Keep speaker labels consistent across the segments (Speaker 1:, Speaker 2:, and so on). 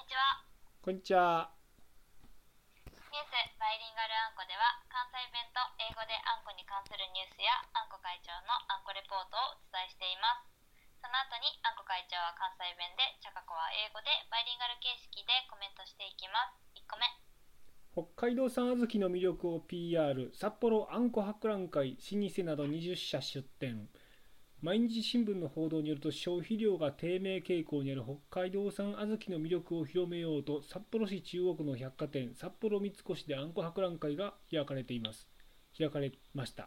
Speaker 1: こんにちは。
Speaker 2: ニュースバイリンガルあんこでは関西弁と英語であんこに関するニュースやあんこ会長のあんこレポートをお伝えしていますその後にあんこ会長は関西弁でちゃかこは英語でバイリンガル形式でコメントしていきます1個目
Speaker 1: 北海道産小豆の魅力を PR 札幌あんこ博覧会老舗など20社出展毎日新聞の報道によると消費量が低迷傾向にある北海道産小豆の魅力を広めようと札幌市中央区の百貨店札幌三越であんこ博覧会が開かれています開かれました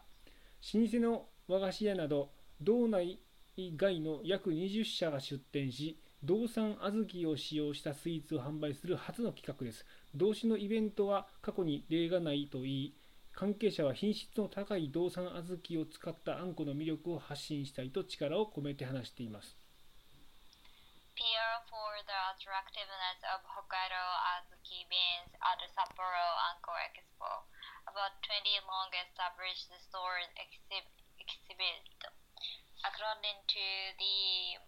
Speaker 1: 老舗の和菓子屋など道内外の約20社が出店し道産小豆を使用したスイーツを販売する初の企画です同種のイベントは過去に例がないと言い関係者は品質の高い道産小豆を使ったあんこの魅力を発信したいと力を込めて話しています
Speaker 2: PR for the attractiveness of Hokkaido Azuki beans at the Sapporo Anko Expo. About 20 long established stores exhib- exhibit. According to the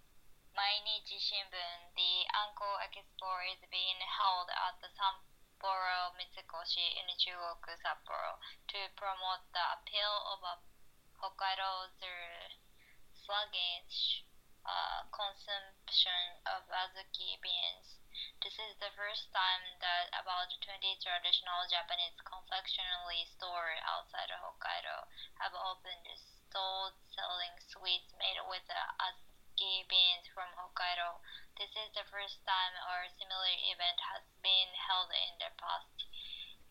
Speaker 2: Mainichi Shimbun, the Anko Expo is being held at the Sapporo Mitsukoshi in Chugoku, Sapporo to promote the appeal of a Hokkaido's uh, sluggish uh, consumption of azuki beans. This is the first time that about 20 traditional Japanese confectionery stores outside of Hokkaido have opened stores selling sweets made with the azuki beans from Hokkaido. This is the first time a similar event has been held in the past.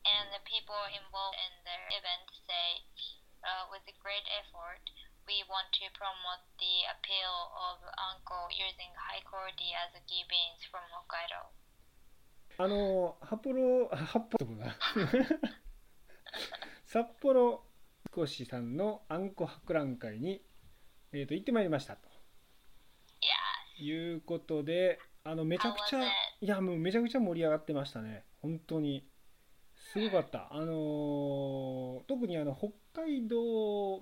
Speaker 2: And the people involved in the event say, uh, with great effort, we want to promote the appeal of Anko using high quality azuki beans from Hokkaido.
Speaker 1: あの札幌あ札幌だな 札幌少しさんのあんこ博覧会に、えー、と行ってまいりましたと
Speaker 2: Yes.
Speaker 1: いうことであのめちゃくちゃ
Speaker 2: あわね
Speaker 1: いやもうめちゃくちゃ盛り上がってましたね本当にすごかったあのー特にあの北海道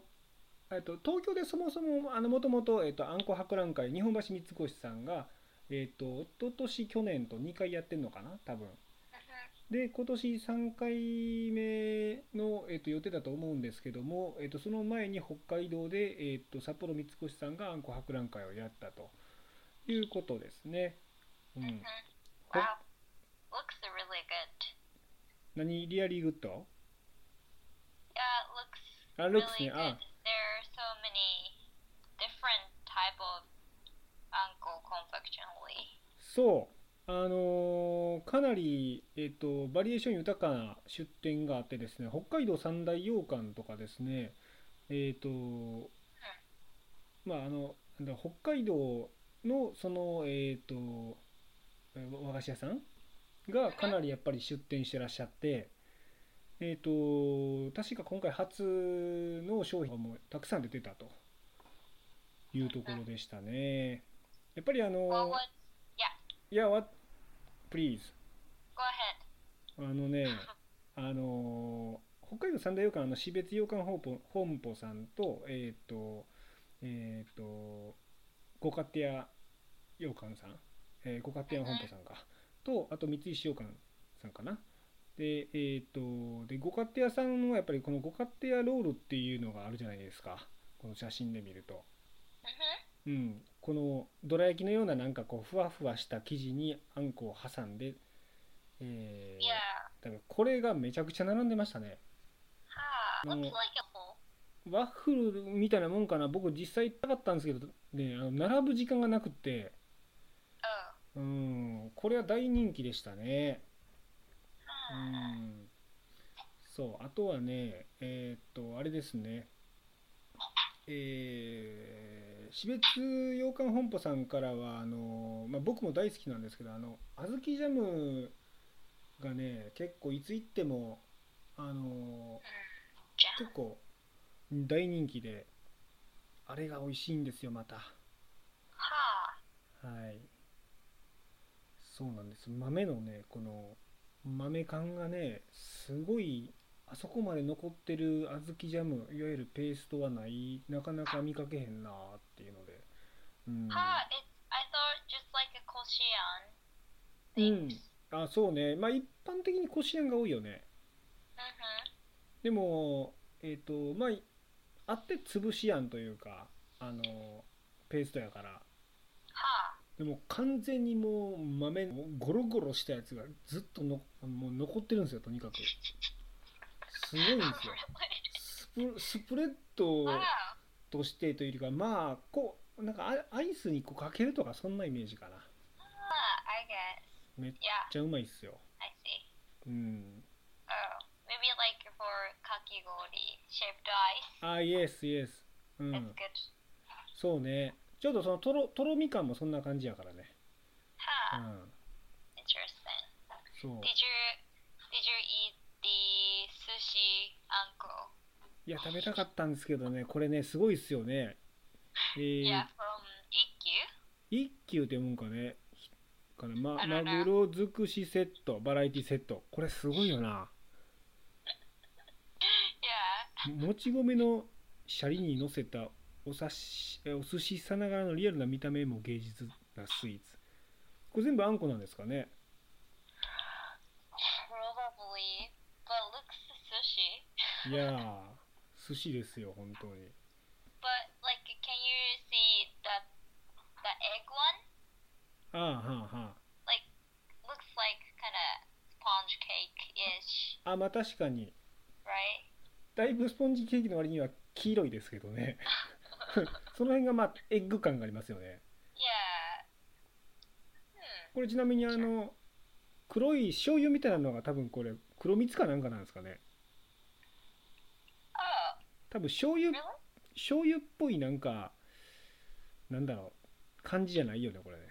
Speaker 1: えっと東京でそもそもあのもともとえっとあんこ博覧会日本橋三越さんがえっと一昨年去年と2回やってんのかな多分
Speaker 2: Mhm.
Speaker 1: で今年3回目の、えっと予定だと思うんですけども、えっとその前に北海道で、えっと札幌三越さんがあんこ博覧会をやったということですね。うん
Speaker 2: Mhm.、Wow. Looks really good.
Speaker 1: 何リアリーグッド
Speaker 2: Yeah, it looks
Speaker 1: あ、ルックス
Speaker 2: really
Speaker 1: ね。あ
Speaker 2: good.、There are so many different type of Anko confectionery.
Speaker 1: そう。あのーかなり、えっとバリエーション豊かな出店があってですね、北海道三大洋館とかですね、えっ、と、まあ、あの、なんだ北海道の、その、えっ、と、え和菓子屋さんがかなりやっぱり出店してらっしゃって、えっ、と、確か今回初の商品もたくさん出てたというところでしたね。やっぱりあの
Speaker 2: What was?
Speaker 1: いや、わ、please。
Speaker 2: Go ahead.
Speaker 1: あの ね、あのー北海道三大洋館、あの、標別洋館本舗、本舗さんと、えっ、と、えっ、と、五家庭洋館さん、えー、五家庭本舗さんか、と、あと三石洋館さんかな。で、えっ、と、で、五家庭さんはやっぱりこの五家庭ロールっていうのがあるじゃないですか。この写真で見ると。
Speaker 2: Mhm.
Speaker 1: うん、このどら焼きのようななんかこうふわふわした生地にあんこを挟んで、えー
Speaker 2: Yeah.
Speaker 1: だからこれがめちゃくちゃ並んでましたね
Speaker 2: Ah,
Speaker 1: No.
Speaker 2: looks like a hole.
Speaker 1: ワッフルみたいなもんかな僕実際行ったかったんですけど、ね、あの並ぶ時間がなくって、
Speaker 2: Oh.
Speaker 1: うん、これは大人気でしたね
Speaker 2: Ah.
Speaker 1: Hmm. うんそうあとはねえーっとあれですねえー、標別洋館本舗さんからはあの、まあ、僕も大好きなんですけどあの小豆ジャムがね結構いつ行ってもあの
Speaker 2: Jam.
Speaker 1: 結構大人気であれが美味しいんですよまた
Speaker 2: Ha.
Speaker 1: はいそうなんです豆のねこの豆感がねすごいあそこまで残ってる小豆ジャムいわゆるペーストはないなかなか見かけへんなっていうのでうん Hmm.
Speaker 2: Ah, it's I thought just like a Koshian thing.
Speaker 1: あそうねまあ一般的にこしあんが多いよね
Speaker 2: Mm-hmm.
Speaker 1: でもえっ、とまああって潰しあんというかあのペーストやから
Speaker 2: Ha.
Speaker 1: でも完全にもう豆のゴロゴロしたやつがずっとのもう残ってるんですよとにかくすごいんですよ
Speaker 2: Really?
Speaker 1: スプスプレッド
Speaker 2: Wow.
Speaker 1: としてというよりかまあこうなんかアアイスにこうかけるとかそんなイメージかな
Speaker 2: Ah,
Speaker 1: め
Speaker 2: I guess.
Speaker 1: めっ
Speaker 2: Yeah,
Speaker 1: っちゃうまいっすよ
Speaker 2: I see.
Speaker 1: うん
Speaker 2: Oh, maybe like for kakigori shaped ice.
Speaker 1: あイエスイエスう
Speaker 2: That's
Speaker 1: ん
Speaker 2: good.
Speaker 1: そうねちょっとそのとろとろみ感もそんな感じやからね
Speaker 2: Ha.
Speaker 1: うん
Speaker 2: Interesting.
Speaker 1: そう
Speaker 2: Did you did you eat the sushi uncle?
Speaker 1: いや食べたかったんですけどねこれねすごいっすよねえー
Speaker 2: Yeah, from Ikkyu.
Speaker 1: 一休ってもんかねかね、ま、
Speaker 2: あらら
Speaker 1: マグロ尽くしセットバラエティセットこれすごいよな
Speaker 2: Yeah.
Speaker 1: もち米のシャリにのせたおさしえお寿司さながらのリアルな見た目も芸術なスイーツこれ全部あんこなんですかね
Speaker 2: Probably. But looks sushi.
Speaker 1: いやー寿司ですよ本当に
Speaker 2: But like can you see that the egg one?
Speaker 1: ああはあは
Speaker 2: Looks like kinda sponge cake ish,
Speaker 1: ああまあ確かに
Speaker 2: right?
Speaker 1: だいぶスポンジケーキの割には黄色いですけどね その辺がまあエッグ感がありますよね
Speaker 2: Yeah. Hmm.
Speaker 1: これちなみにあの黒い醤油みたいなのが多分これ黒蜜かなんかなんですかね
Speaker 2: Oh,
Speaker 1: 多分醤油
Speaker 2: really?
Speaker 1: 醤油っぽいなんかなんだろう感じじゃないよねこれね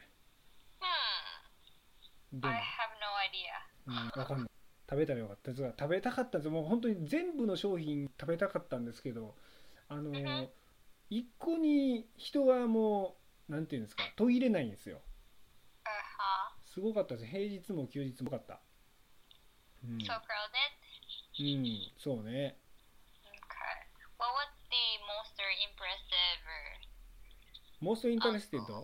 Speaker 2: Hmm.
Speaker 1: でも
Speaker 2: I have no idea.
Speaker 1: うん、わかんない食べたらよかったですが食べたかったんですよもう本当に全部の商品食べたかったんですけどあの
Speaker 2: うん
Speaker 1: 一個に人がもうなんていうんですか途切れないんですよ
Speaker 2: Uh huh.
Speaker 1: すごかったです平日も休日もよかったうん、
Speaker 2: So crowded.
Speaker 1: うん、そうね
Speaker 2: Okay. What was the most impressive? uh,
Speaker 1: モーストインタレステッド
Speaker 2: uncle?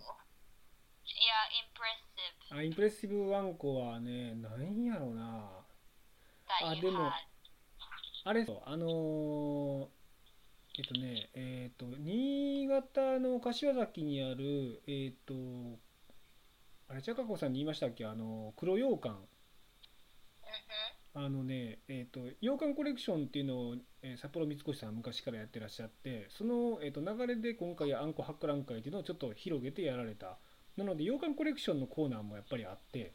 Speaker 2: Yeah, impressive
Speaker 1: あインプレッシブワンコはねなんやろうな
Speaker 2: that
Speaker 1: Ah,
Speaker 2: you
Speaker 1: demo.
Speaker 2: had.
Speaker 1: あれそうあのーえっとねえっと新潟の柏崎にあるえっとあれちゃかこさんに言いましたっけあの黒羊羹
Speaker 2: Mm-hmm.
Speaker 1: あのねえっと羊羹コレクションっていうのを、えー札幌三越さんは昔からやってらっしゃってその、えっと流れで今回あんこ博覧会っていうのをちょっと広げてやられたなので羊羹コレクションのコーナーもやっぱりあって、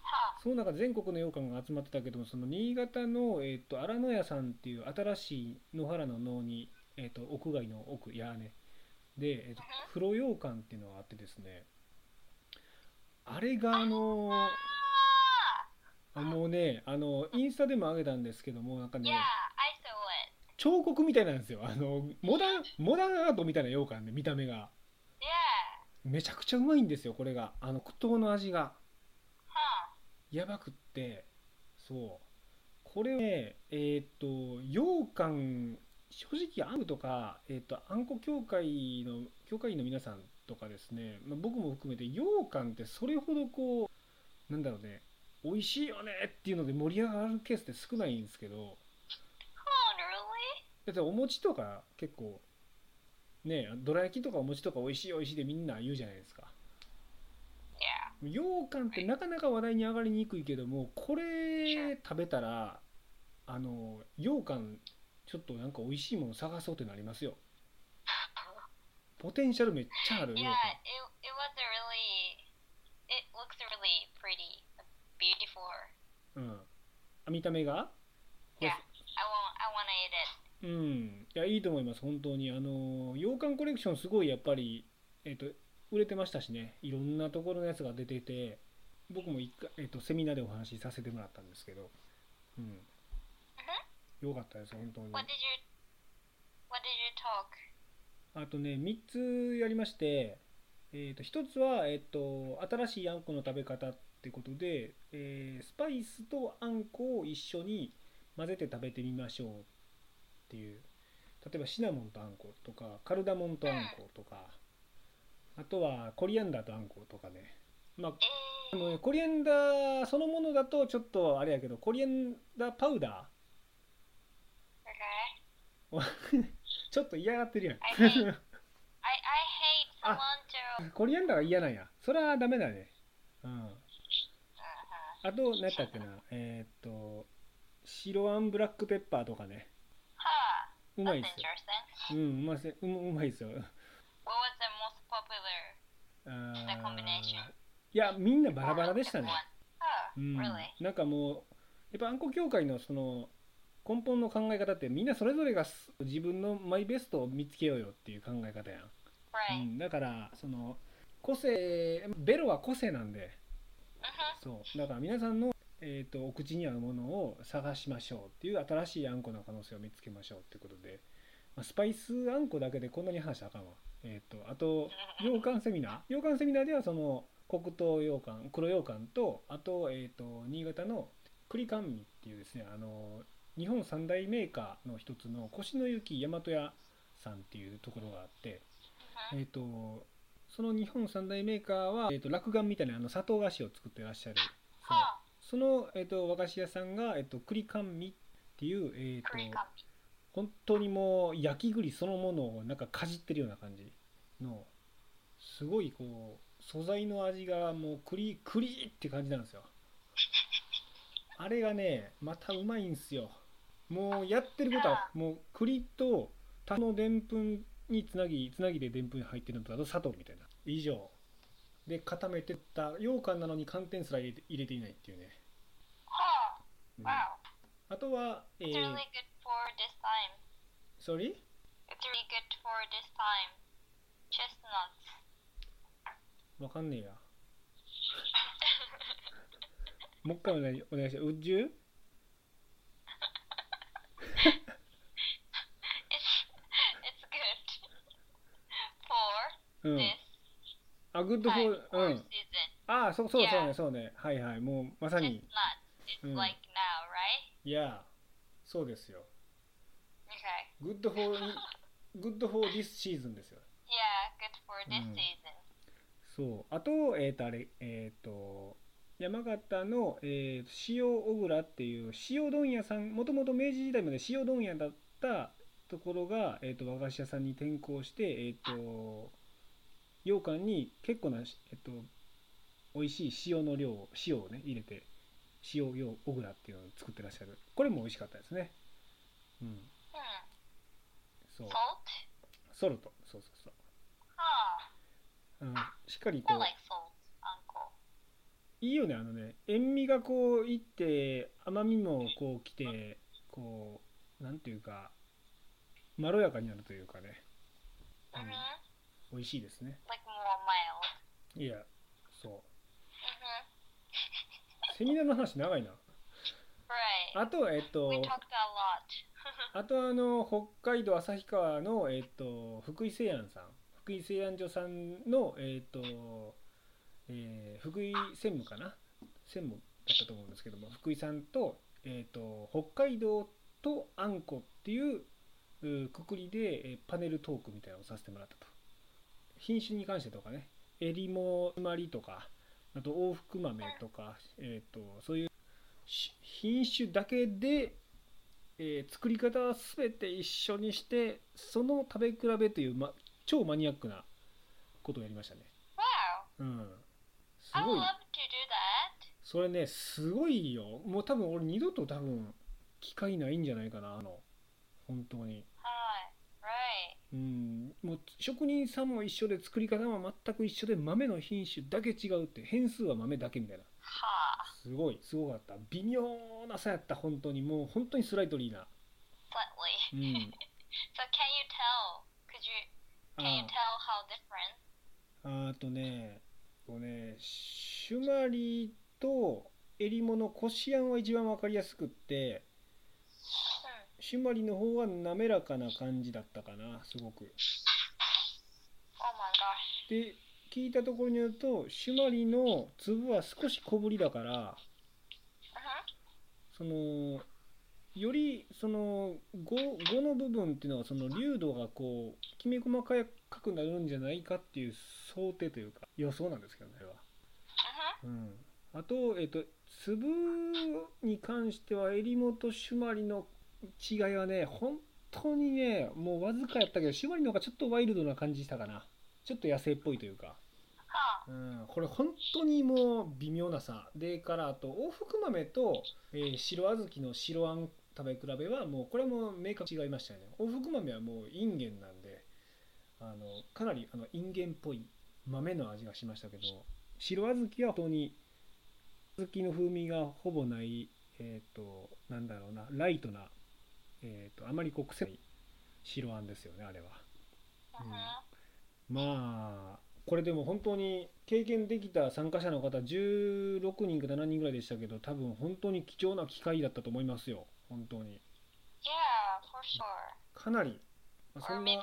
Speaker 2: Huh.
Speaker 1: その中全国の羊羹が集まってたけどもその新潟の、えっと荒野屋さんっていう新しい野原の能に、えっと屋外の奥屋根で、えっと
Speaker 2: うん
Speaker 1: 黒羊羹っていうのがあってですねあれがあの
Speaker 2: Ah,
Speaker 1: あもうねあのインスタでも上げたんですけどもなんかね
Speaker 2: yeah, I saw it.
Speaker 1: 彫刻みたいなんですよあのモダンモダンアートみたいな羊羹で見た目が
Speaker 2: Yeah.
Speaker 1: めちゃくちゃうまいんですよこれがあの苦闘の味が
Speaker 2: Huh.
Speaker 1: やばくってそうこれねえっ、と羊羹正直あんことか、えっとあんこ協会の協会員の皆さんとかですね、まあ、僕も含めて羊羹ってそれほどこうなんだろうね美味しいよねっていうので盛り上がるケースって少ないんですけど
Speaker 2: Oh, really?
Speaker 1: だってお餅とか結構ねどら焼きとかお餅とか美味しい美味しいでみんな言うじゃないですか
Speaker 2: Yeah.
Speaker 1: 羊羹ってなかなか話題に上がりにくいけどもこれ食べたらあの羊羹ちょっとなんか美味しいもの探そうってなりますよポテンシャルめっちゃある羊
Speaker 2: Yeah.
Speaker 1: 羹
Speaker 2: It it was a really. It looks really pretty, beautiful.
Speaker 1: うんあ見た目が
Speaker 2: Yeah. I want I want to eat it.
Speaker 1: うんいやいいと思います本当にあの羊羹コレクションすごいやっぱりえっ、と売れてましたしねいろんなところのやつが出てて僕も一回、えっとセミナーでお話しさせてもらったんですけどうんよかったです本当に
Speaker 2: What did you What did you talk?
Speaker 1: あとね3つやりまして、えー、と1つは、えっと新しいあんこの食べ方ってことで、えースパイスとあんこを一緒に混ぜて食べてみましょうっていう例えばシナモンとあんことかカルダモンとあんことかあとはコリアンダーとあんことかねまあ
Speaker 2: Eh,
Speaker 1: あのねコリアンダーそのものだとちょっとあれやけどコリアンダーパウダ
Speaker 2: Okay.
Speaker 1: ーちょっと嫌がってるやん
Speaker 2: I hate I I hate
Speaker 1: Ah.
Speaker 2: cilantro.
Speaker 1: コリアンダーが嫌なんやそれはダメだねうん
Speaker 2: Uh-huh.
Speaker 1: あと何やったっけなえーっと白あんブラックペッパーとかね
Speaker 2: Huh.
Speaker 1: うまい
Speaker 2: That's
Speaker 1: っす
Speaker 2: interesting.
Speaker 1: ようんうませうまうまいっすよ
Speaker 2: What was the most popular
Speaker 1: あ
Speaker 2: combination?
Speaker 1: ーいやみんなバラバラでしたね
Speaker 2: one? Oh,
Speaker 1: うん
Speaker 2: really?
Speaker 1: なんかもうやっぱあんこ協会のその根本の考え方ってみんなそれぞれがす自分のマイベストを見つけようよっていう考え方やん、う
Speaker 2: Right.
Speaker 1: ん、だからその個性ベロは個性なんで
Speaker 2: Mm-hmm.
Speaker 1: そうだから皆さんの、えー、とお口に合うものを探しましょうっていう新しいあんこの可能性を見つけましょうってことで、まあ、スパイスあんこだけでこんなに話したらあかんわ、えー、とあと
Speaker 2: Mm-hmm.
Speaker 1: 羊羹セミナー羊羹セミナーではその黒糖羊羹黒羊羹とあと,、えー、と新潟の栗甘味っていうですねあの日本三大メーカーの一つの越の雪大和屋さんっていうところがあって、
Speaker 2: Mm-hmm.
Speaker 1: えー、とその日本三大メーカーは、えー、と落眼みたいなあの砂糖菓子を作ってらっしゃるそう
Speaker 2: Huh.
Speaker 1: その、えっと和菓子屋さんが、えっと栗甘味っていう、えっと
Speaker 2: Curry cup.
Speaker 1: 本当にもう焼き栗そのものをなんかかじってるような感じのすごいこう素材の味がもう栗栗って感じなんですよあれがねまたうまいんすよもうやってることはもう栗と他のでんぷんにつなぎつなぎででんぷん入ってるのとあと砂糖みたいな以上で固めてった羊羹なのに寒天すら入れて入れていないっていうね、
Speaker 2: Huh.
Speaker 1: うん
Speaker 2: Wow.
Speaker 1: あとはえ
Speaker 2: It's
Speaker 1: ー、
Speaker 2: really good for this time. It's
Speaker 1: sorry?
Speaker 2: really good for this time. Chestnuts.
Speaker 1: わかんねえや。もう一回お願いお願いします。Would you?
Speaker 2: It's it's good for
Speaker 1: うん。
Speaker 2: this
Speaker 1: あ、good
Speaker 2: time
Speaker 1: for、う
Speaker 2: or
Speaker 1: ん。
Speaker 2: season.
Speaker 1: ああ、そうそうそう
Speaker 2: Yeah.
Speaker 1: ね、そうね。はいはい。もうまさに。
Speaker 2: Chestnuts. It's
Speaker 1: Mm.
Speaker 2: like now, right?
Speaker 1: いや、そうですよ。
Speaker 2: Okay.
Speaker 1: good for, good for this season ですよ。
Speaker 2: Yeah, good for this
Speaker 1: Mm.
Speaker 2: season.
Speaker 1: そう。あと、えっ、と、あれ、えっ、と、山形の、えー、塩小倉っていう塩問屋さん、もともと明治時代まで塩問屋だったところが、えー、と和菓子屋さんに転向して、えっ、と、羊羹に結構な、えっ、と、美味しい塩の量を、塩をね、入れて、塩用小倉っていうのを作ってらっしゃる。これも美味しかったですね。うん。
Speaker 2: Hmm.
Speaker 1: そう。
Speaker 2: Salt?
Speaker 1: ソルト。そうそうそう。
Speaker 2: Huh.
Speaker 1: うん、しっかり
Speaker 2: I
Speaker 1: こう。
Speaker 2: like salt, uncle.
Speaker 1: いいよねあのね塩味がこういって甘みもこうきてこうなんていうかまろやかになるというかね、うん
Speaker 2: Mm-hmm.
Speaker 1: 美味しいですね
Speaker 2: Like more mild.
Speaker 1: いやそう
Speaker 2: Mm-hmm.
Speaker 1: セミナーの話長いな
Speaker 2: Right.
Speaker 1: あとえっと
Speaker 2: We talked a lot.
Speaker 1: あとあの北海道旭川のえっと福井製庵さん福井製庵所さんのえっと、えー福井専務かな専務だったと思うんですけども福井さんと,、えっと北海道とあんこっていううくくりで、えーパネルトークみたいなのをさせてもらったと品種に関してとかねえりもつまりとかあと往復豆とか、えっとそういうし品種だけでえー作り方は全て一緒にしてその食べ比べという、ま、超マニアックなことをやりましたね
Speaker 2: Wow.
Speaker 1: うんす
Speaker 2: I
Speaker 1: ご
Speaker 2: would
Speaker 1: い
Speaker 2: love to do that.
Speaker 1: それねすごいよもう多分俺二度と多分機会ないんじゃないかなあの本当に
Speaker 2: Hi. Right.
Speaker 1: うんもう職人さんも一緒で作り方も全く一緒で豆の品種だけ違うって変数は豆だけみたいな
Speaker 2: Ha.
Speaker 1: すごいすごかった微妙な差やった本当にもう本当にスライトリーな
Speaker 2: Slightly.
Speaker 1: うん
Speaker 2: So can you tell? Could you can you
Speaker 1: あー
Speaker 2: tell how different?
Speaker 1: あとね、こうね、シュマリとエリモのこしあんは一番わかりやすくって、
Speaker 2: Hmm.
Speaker 1: シュマリの方は滑らかな感じだったかな、すごく。
Speaker 2: Oh my gosh.
Speaker 1: で、聞いたところによると、シュマリの粒は少し小ぶりだから、
Speaker 2: Uh-huh.
Speaker 1: その、よりその5、5の部分っていうのは、その粒度がこう、きめ細かくなるんじゃないかっていう想定というか、予想なんですけどね、あれは。
Speaker 2: Uh-huh.
Speaker 1: うん、あと、えっと、粒に関しては襟元朱鞠の違いはね本当にねもうわずかやったけど朱鞠の方がちょっとワイルドな感じしたかなちょっと野生っぽいというか、
Speaker 2: はあ、
Speaker 1: うん、これ本当にもう微妙なさでからあと往復豆と、えー白小豆の白あん食べ比べはもうこれはもう明確に違いましたよね往復豆はもうインゲンなんであのかなりあのインゲンっぽい豆の味がしましたけど白小豆は本当に小豆の風味がほぼないえっ、となんだろうなライトなえっ、とあまりこう癖のない白あんですよねあれは。
Speaker 2: うん
Speaker 1: うんまあこれでも本当に経験できた参加者の方16人か7人ぐらいでしたけど多分本当に貴重な機会だったと思いますよ本当に
Speaker 2: Yeah, for sure.
Speaker 1: かなりまあそ
Speaker 2: Or
Speaker 1: んな
Speaker 2: maybe
Speaker 1: い
Speaker 2: you can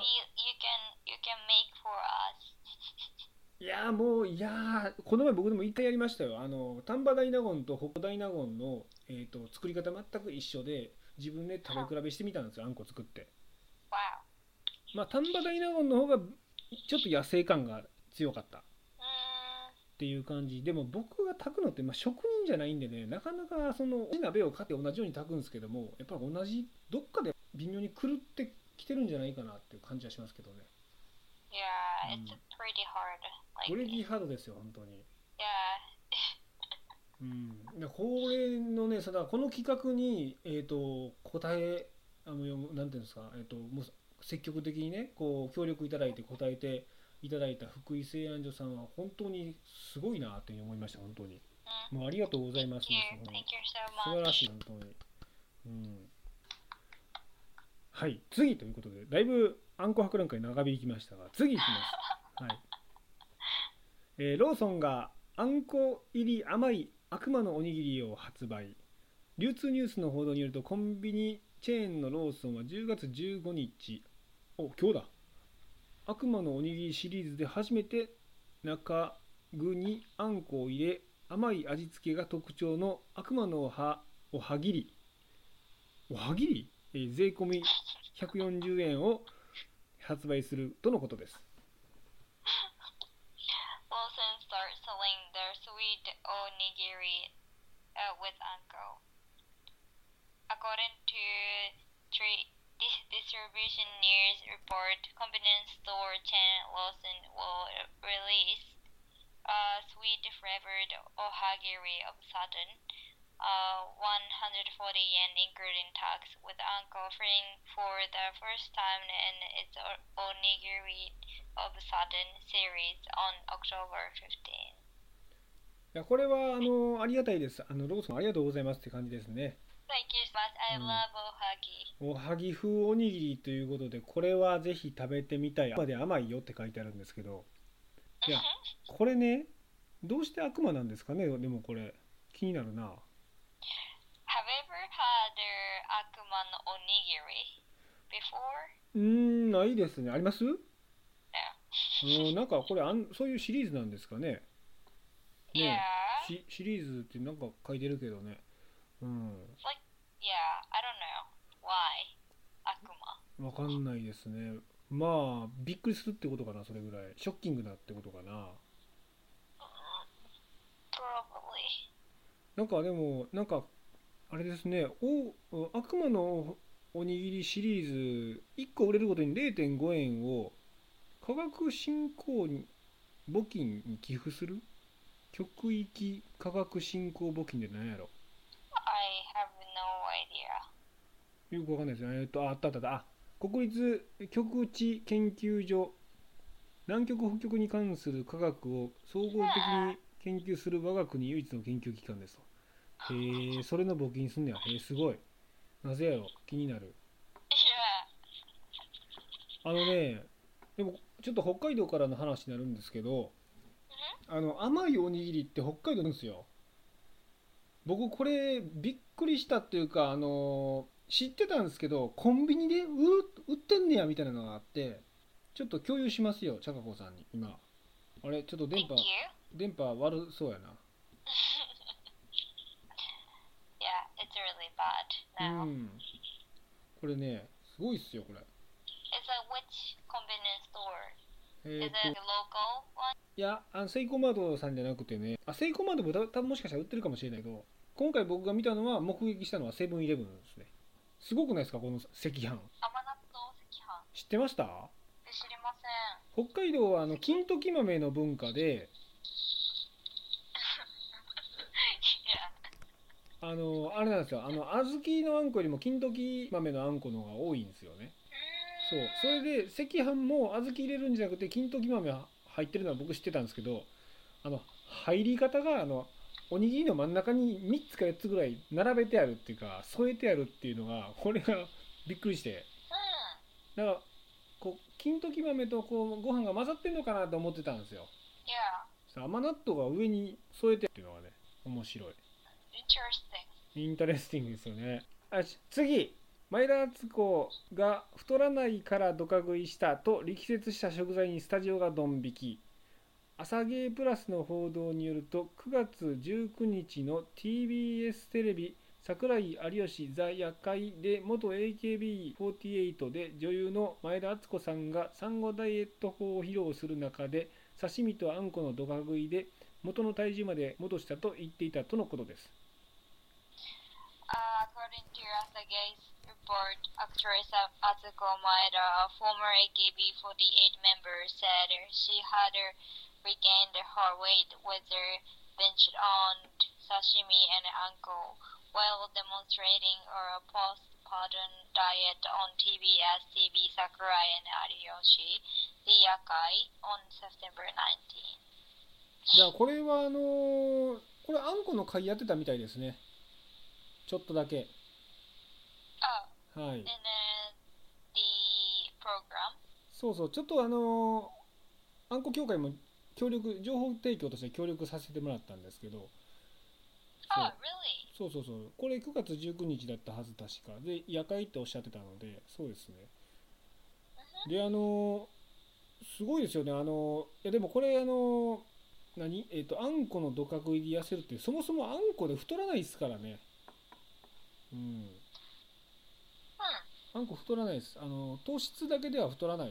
Speaker 2: you can make for us.
Speaker 1: やーもういやーこの前僕でも一回やりましたよあの丹波大納言と北大納言の、えー、と作り方全く一緒で自分で食べ比べしてみたんですよあんこ作って
Speaker 2: Wow.
Speaker 1: まあ丹波大納言の方がちょっと野生感が強かった
Speaker 2: Mm,
Speaker 1: っていう感じでも僕が炊くのって、まあ、職人じゃないんでねなかなかその同じ鍋を買って同じように炊くんですけどもやっぱり同じどっかで微妙に狂ってきてるんじゃないかなっていう感じはしますけどね
Speaker 2: yeah, it's
Speaker 1: Mm.
Speaker 2: pretty hard.
Speaker 1: これ
Speaker 2: Like
Speaker 1: ギハードですよ本当に
Speaker 2: yeah.
Speaker 1: うんでこれのねさだからこの企画に、えー、と答えあのよなんていうんですか、えー、ともう積極的にねこう協力いただいて答えていただいた福井製安所さんは本当にすごいなというふうに思いました本当に
Speaker 2: Mm.
Speaker 1: もうありがとうございます
Speaker 2: Thank you.
Speaker 1: 本当に
Speaker 2: Thank you so
Speaker 1: 素晴
Speaker 2: much.
Speaker 1: らしい本当に、うん、はい次ということでだいぶあんこ博覧会長引きましたが次いきます、はいえーローソンがあんこ入り甘い悪魔のおにぎりを発売流通ニュースの報道によるとコンビニチェーンのローソンは10月15日お今日だ悪魔のおにぎりシリーズで初めて中具にあんこを入れ甘い味付けが特徴の悪魔のおはおはぎりおはぎり、えー税込み140円を発売するとのことです
Speaker 2: Wilson starts selling their sweet onigiri uh, with Anko. According to tri- di- distribution news report, convenience store chain Lawson will uh, release a sweet flavored ohagiri of Saturn, uh, 140 yen including tax, with Anko offering for the first time in its o- onigiri of Saturn series on October 15.
Speaker 1: いやこれはあのありがたいですあのローソンありがとうございますって感じですね
Speaker 2: Thank you so much. I
Speaker 1: Mm.
Speaker 2: love Ohagi.
Speaker 1: おはぎ風おにぎりということでこれはぜひ食べてみたいまで甘いよって書いてあるんですけどいやこれねどうして悪魔なんですかねでもこれ気になるな
Speaker 2: Have you ever had uh, Akuman onigiri before?
Speaker 1: うーんないですねあります
Speaker 2: No.
Speaker 1: うんなんかこれあんそういうシリーズなんですかねね
Speaker 2: Yeah.
Speaker 1: しシリーズってなんか書いてるけどねうん
Speaker 2: Yeah. I don't know why Akuma.
Speaker 1: わかんないですねまあびっくりするってことかなそれぐらいショッキングだってことかな
Speaker 2: Probably.
Speaker 1: なんかでもなんかあれですねお悪魔のおにぎりシリーズ1個売れることに0.5円を科学振興に募金に寄付する極域科学振興募金で何やろ
Speaker 2: I have no idea.
Speaker 1: よくわかんないですね。えっと、ああったあったあった。あ国立極地研究所、南極北極に関する科学を総合的に研究する我が国唯一の研究機関ですと。へえ、それの募金すんねや。へえ、すごい。なぜやろ、気になる。
Speaker 2: Yeah.
Speaker 1: あのね、でもちょっと北海道からの話になるんですけど、あの甘いおにぎりって北海道なんですよ。僕これびっくりしたっていうか、あの知ってたんですけど、コンビニで売る売ってんねやみたいなのがあって、ちょっと共有しますよ、ちゃかこさんに今。あれ、ちょっと電
Speaker 2: Thank
Speaker 1: 波
Speaker 2: you.
Speaker 1: 電波悪そうやな。
Speaker 2: Yeah. It's really bad now.
Speaker 1: うん。これね、すごいっすよこれ。
Speaker 2: It's a which convenience store? Is
Speaker 1: えー
Speaker 2: it
Speaker 1: と
Speaker 2: the local one?
Speaker 1: いや、あのセイコーマートさんじゃなくてね、あセイコーマートもた多分もしかしたら売ってるかもしれないけど、今回僕が見たのは、目撃したのはセブンイレブンですね。すごくないですか、この赤飯。
Speaker 2: 甘納豆赤飯
Speaker 1: 知ってました
Speaker 2: え知りませ ん
Speaker 1: 北海道はあの金時豆の文化で、
Speaker 2: いや
Speaker 1: あのあれなんですよ、あの小豆のあんこよりも金時豆のあんこの方が多いんですよね。そうそれで赤飯も小豆入れるんじゃなくて金時豆入ってるのは僕知ってたんですけどあの入り方があのおにぎりの真ん中に3つか4つぐらい並べてあるっていうか添えてあるっていうのがこれがびっくりして
Speaker 2: うん
Speaker 1: だからこう金時豆とこうご飯が混ざってんのかなと思ってたんですよ
Speaker 2: Yeah,
Speaker 1: さ甘納豆が上に添えてっていうのがね面白い
Speaker 2: interesting.
Speaker 1: インタレスティングですよね。あし次前田敦子が太らないからドカ食いしたと力説した食材にスタジオがドン引き朝芸プラスの報道によると9月19日の TBS テレビ「桜井有吉ザ・夜会」で元 AKB48 で女優の前田敦子さんが産後ダイエット法を披露する中で刺身とあんこのドカ食いで元の体重まで戻したと言っていたとのことです。
Speaker 2: Uh, according to Rasagay's report, actress Atsuko Maeda, a former AKB48 member, said she had regained her weight with her binge on sashimi and anko while demonstrating her postpartum diet on TBS TV Sakurai and Ariyoshi, the Yakai, on September 19.
Speaker 1: じゃあこれはあのーこれあんこの会やってたみたいですねちょっとだけ
Speaker 2: Oh,
Speaker 1: はい
Speaker 2: and then the program.
Speaker 1: そうそうちょっとあのーあんこ協会も協力情報提供として協力させてもらったんですけど
Speaker 2: Oh, really?
Speaker 1: そうそうそうそうこれ9月19日だったはず確かで夜会っておっしゃってたのでそうですねであのーすごいですよねあのーいやでもこれあのー何えっ、とあんこの土角入り痩せるってそもそもあんこで太らないですからねうん
Speaker 2: Hmm.
Speaker 1: あんこ太らないですあの糖質だけでは太らない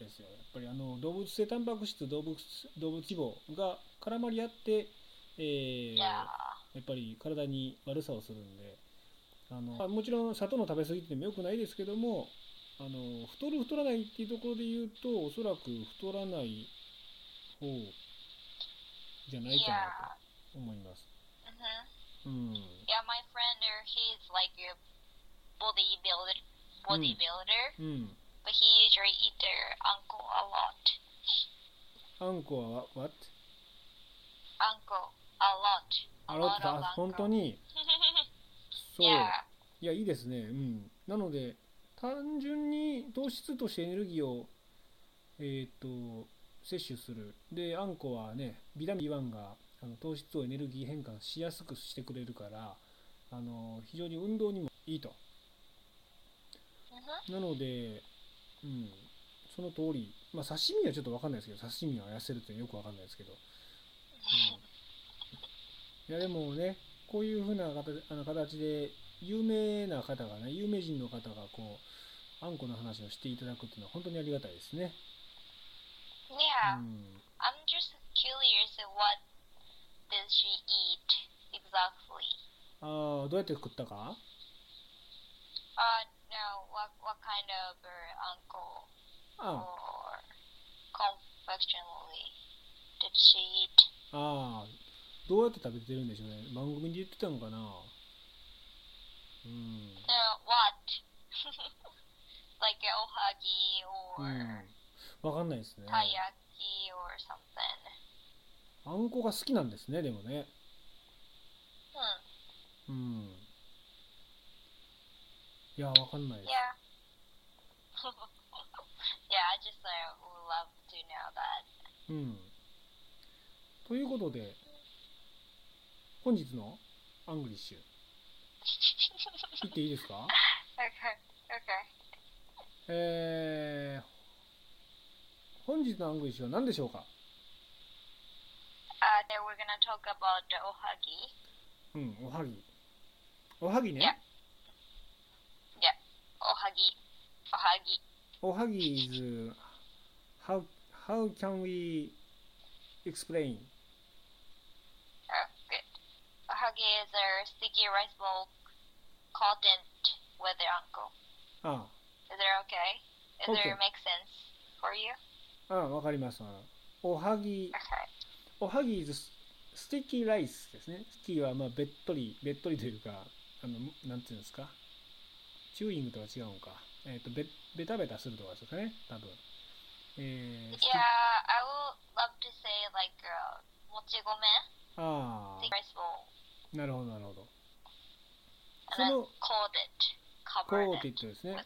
Speaker 1: ですよやっぱりあの動物性タンパク質動物動物脂肪が絡まり合って、えー
Speaker 2: Yeah.
Speaker 1: やっぱり体に悪さをするんであの、まあもちろん砂糖の食べ過ぎっていうのも良くないですけどもあの太る太らないっていうところで言うとおそらく太らない方じゃないか
Speaker 2: Yeah.
Speaker 1: なと思います。
Speaker 2: hmm
Speaker 1: うん、
Speaker 2: Yeah, my friend, uh, he's like a bodybuilder, bodybuilder,
Speaker 1: うん、
Speaker 2: but he usually eat their uncle a lot.
Speaker 1: あんこは what?
Speaker 2: Uncle a lot.
Speaker 1: あろっとあ本当 にそう。
Speaker 2: yeah.
Speaker 1: いや、いいですね。うん。なので、単純に糖質としてエネルギーを、えーっと、摂取する。で、あんこはね、ビタミン B1 があの糖質をエネルギー変換しやすくしてくれるから、あの、非常に運動にもいいと。
Speaker 2: hmm
Speaker 1: なので、うん、その通り、まあ、刺身はちょっと分かんないですけど、刺身は痩せるってよく分かんないですけど、
Speaker 2: Mm-hmm. Hmm.
Speaker 1: うん、いやでもね、こういうふうな形あの形で、有名な方がね、有名人の方がこう、あんこの話をしていただくっていうのは本当にありがたいですね。う
Speaker 2: Yeah.
Speaker 1: ん、
Speaker 2: I'm just curious what did she eat exactly?
Speaker 1: ああ、どうやって食ったか
Speaker 2: Uh, no, what, what kind of uh, uncle
Speaker 1: あ
Speaker 2: or confectionery did she eat?
Speaker 1: ああ、どうやって食べてるんでしょうね。番組で言ってたのかな。うん。
Speaker 2: Uh, what? like a ohagi or
Speaker 1: うん。わかんないですね。
Speaker 2: taiyaki or something.
Speaker 1: あんこが好きなんですね、でもね。
Speaker 2: Hmm.
Speaker 1: うん。いや、わかんないです。
Speaker 2: Yeah. yeah, I just uh, would love to know that.
Speaker 1: うん。ということで、本日のアングリッシュ、行っていいですか
Speaker 2: okay. Okay.
Speaker 1: えー、本日のアングリッシュは何でしょうか
Speaker 2: Uh, then we're gonna talk about the ohagi.
Speaker 1: うん、おはぎ。おはぎね。
Speaker 2: Ohagi. Ohagi.
Speaker 1: おはぎ is how, how can we explain.
Speaker 2: Oh, good. Hagi is a sticky rice ball content with the uncle.
Speaker 1: あ
Speaker 2: Is that okay? Is
Speaker 1: Okay.
Speaker 2: there make sense for you?
Speaker 1: あ、ああ、わかります。おはぎ、
Speaker 2: Okay.
Speaker 1: おはぎ is sticky rice ですね。スティーはまあべっとり、べっとりというか、あの、なんていうんですか。チューイングとは違うのか。えっ、と、べ、べたべたするとかですかね、多分。えー、スティ
Speaker 2: Yeah, I would love to say like uh, mochi gomen,
Speaker 1: あ
Speaker 2: sticky rice ball,
Speaker 1: あ、なるほど、なるほど。
Speaker 2: and
Speaker 1: そ
Speaker 2: then
Speaker 1: の
Speaker 2: coated,
Speaker 1: コ
Speaker 2: covered
Speaker 1: ーティ
Speaker 2: it
Speaker 1: ッドですね
Speaker 2: with。uncle.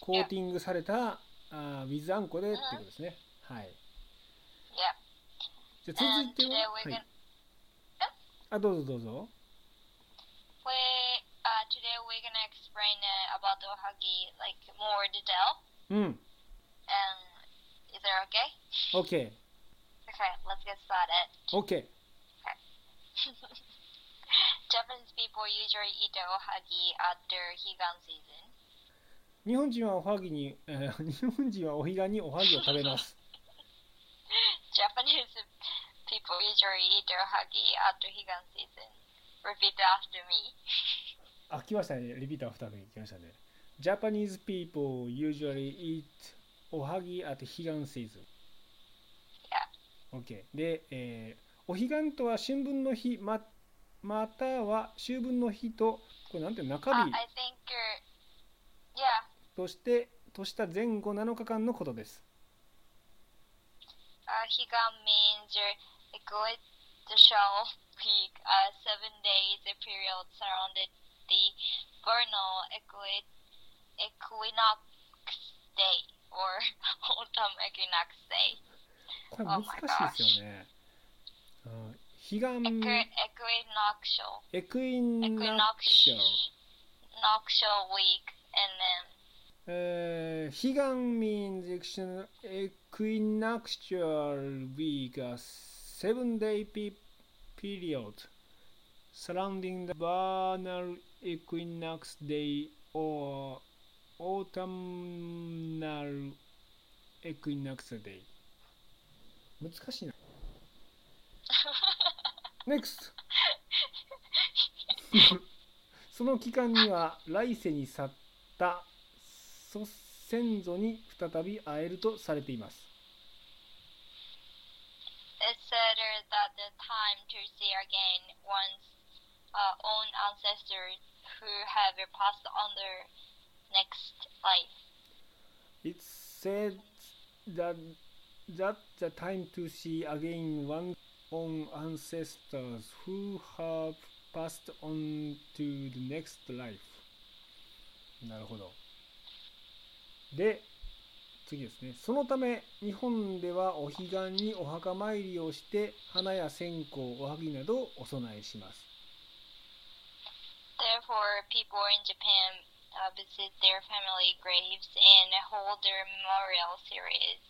Speaker 1: コーティングされた、あー、ウィズあんこでっていうことですね。はい。
Speaker 2: Yep.
Speaker 1: じゃあ
Speaker 2: And
Speaker 1: 続いて
Speaker 2: today
Speaker 1: は、
Speaker 2: we're
Speaker 1: はい
Speaker 2: gonna、
Speaker 1: あ、どうぞどうぞ。
Speaker 2: we uh, today we're gonna explain uh, about the ohagi like more detail.
Speaker 1: うん、
Speaker 2: And is that okay? Okay,
Speaker 1: OK、
Speaker 2: let's get started.
Speaker 1: OK。
Speaker 2: Japanese people usually eat the ohagi at their higan season.
Speaker 1: 日本人はおはぎに、えー日本人はお彼岸におはぎを食べます。
Speaker 2: Japanese people usually eat their hagi after higan season. Repeat after me.
Speaker 1: あ、来ましたね。リピーター2組来ましたね。Japanese people usually eat おはぎ at 彼岸 season。OK。で、えーお彼岸とは春分の日、ま、または秋分の日と、これなんていうの中
Speaker 2: Uh,
Speaker 1: 日
Speaker 2: I think, uh, yeah,
Speaker 1: として、とした前後7日間のことです。
Speaker 2: uh, higan means uh, equatorial peak, uh, seven days a period surrounded the vernal equi- equinox day or autumn equinox day.
Speaker 1: これ難しいですよね。うん彼
Speaker 2: Equi- equinoctial.
Speaker 1: 岸、エクイナクショ
Speaker 2: Equinoctial. Noctial week and then.
Speaker 1: えー、彼岸 means equin- equinoctial week, a seven day pe- period surrounding the vernal equinox day or autumnal equinox day. 難しいな。NEXT! その期間には来世に去った祖先祖に再び会えるとされています。
Speaker 2: It said uh, that the time to see again one's uh, own ancestors who have passed on their next life.
Speaker 1: It said that, that the time to see again one's own ancestors who have passed on to the next life. なるほど。で、次ですね。そのため、日本ではお彼岸にお墓参りをして、花や線香、おはぎなどをお供えします。
Speaker 2: Therefore, people in Japan uh, visit their family graves and hold their memorial series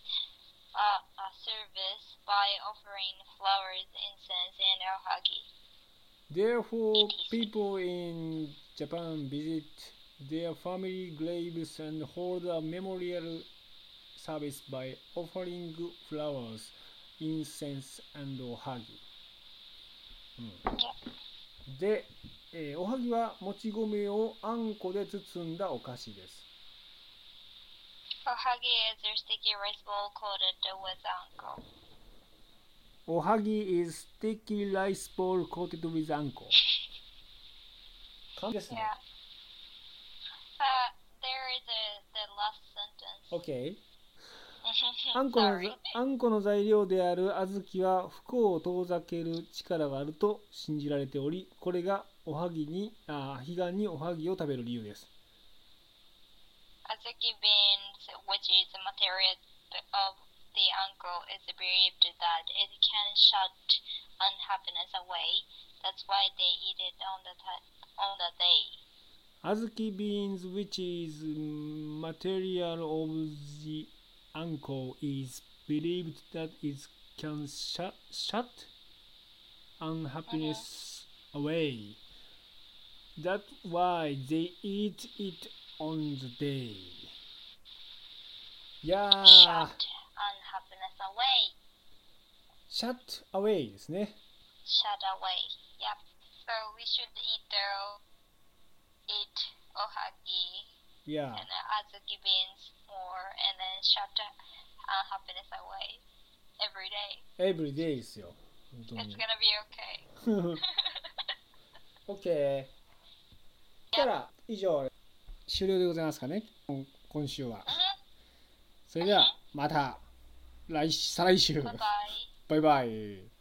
Speaker 2: uh, a service by offering flowers, incense, and ohagi.
Speaker 1: Therefore, people in Japan visit their family graves and hold a memorial service by offering flowers, incense, and ohagi. うん、で、えーおはぎはもち米をあんこで包んだお菓子です。
Speaker 2: Ohagi is a sticky rice ball coated with anko.
Speaker 1: おはぎ is sticky rice ball coated with あんこ。完璧ですね。
Speaker 2: Yeah. Uh, there is a, the last sentence.
Speaker 1: OK。あんこの
Speaker 2: Sorry.
Speaker 1: あんこの材料である小豆は不幸を遠ざける力があると信じられておりこれがおはぎにあー彼岸におはぎを食べる理由です
Speaker 2: Azuki beans, which is the material of the uncle, is believed that it can shut unhappiness away. That's why they eat it on the ti on the day.
Speaker 1: 小豆 beans which is material of the uncle is believed that it can shut, shut unhappiness away that's why they eat it on the day いやー Ah.
Speaker 2: Shut unhappiness away.
Speaker 1: シャッ shut away ですね。
Speaker 2: shut away. Yep. So we should eat the eat ohagi
Speaker 1: Yeah.
Speaker 2: and uh, azuki beans more, and then shut uh, happiness away every day.
Speaker 1: Every day ですよ。本
Speaker 2: It's gonna be okay.
Speaker 1: 当に。OK。したら、以上、終了でございますかね。今週は。それでは、また、来、再来週。
Speaker 2: bye bye.
Speaker 1: バイバイ。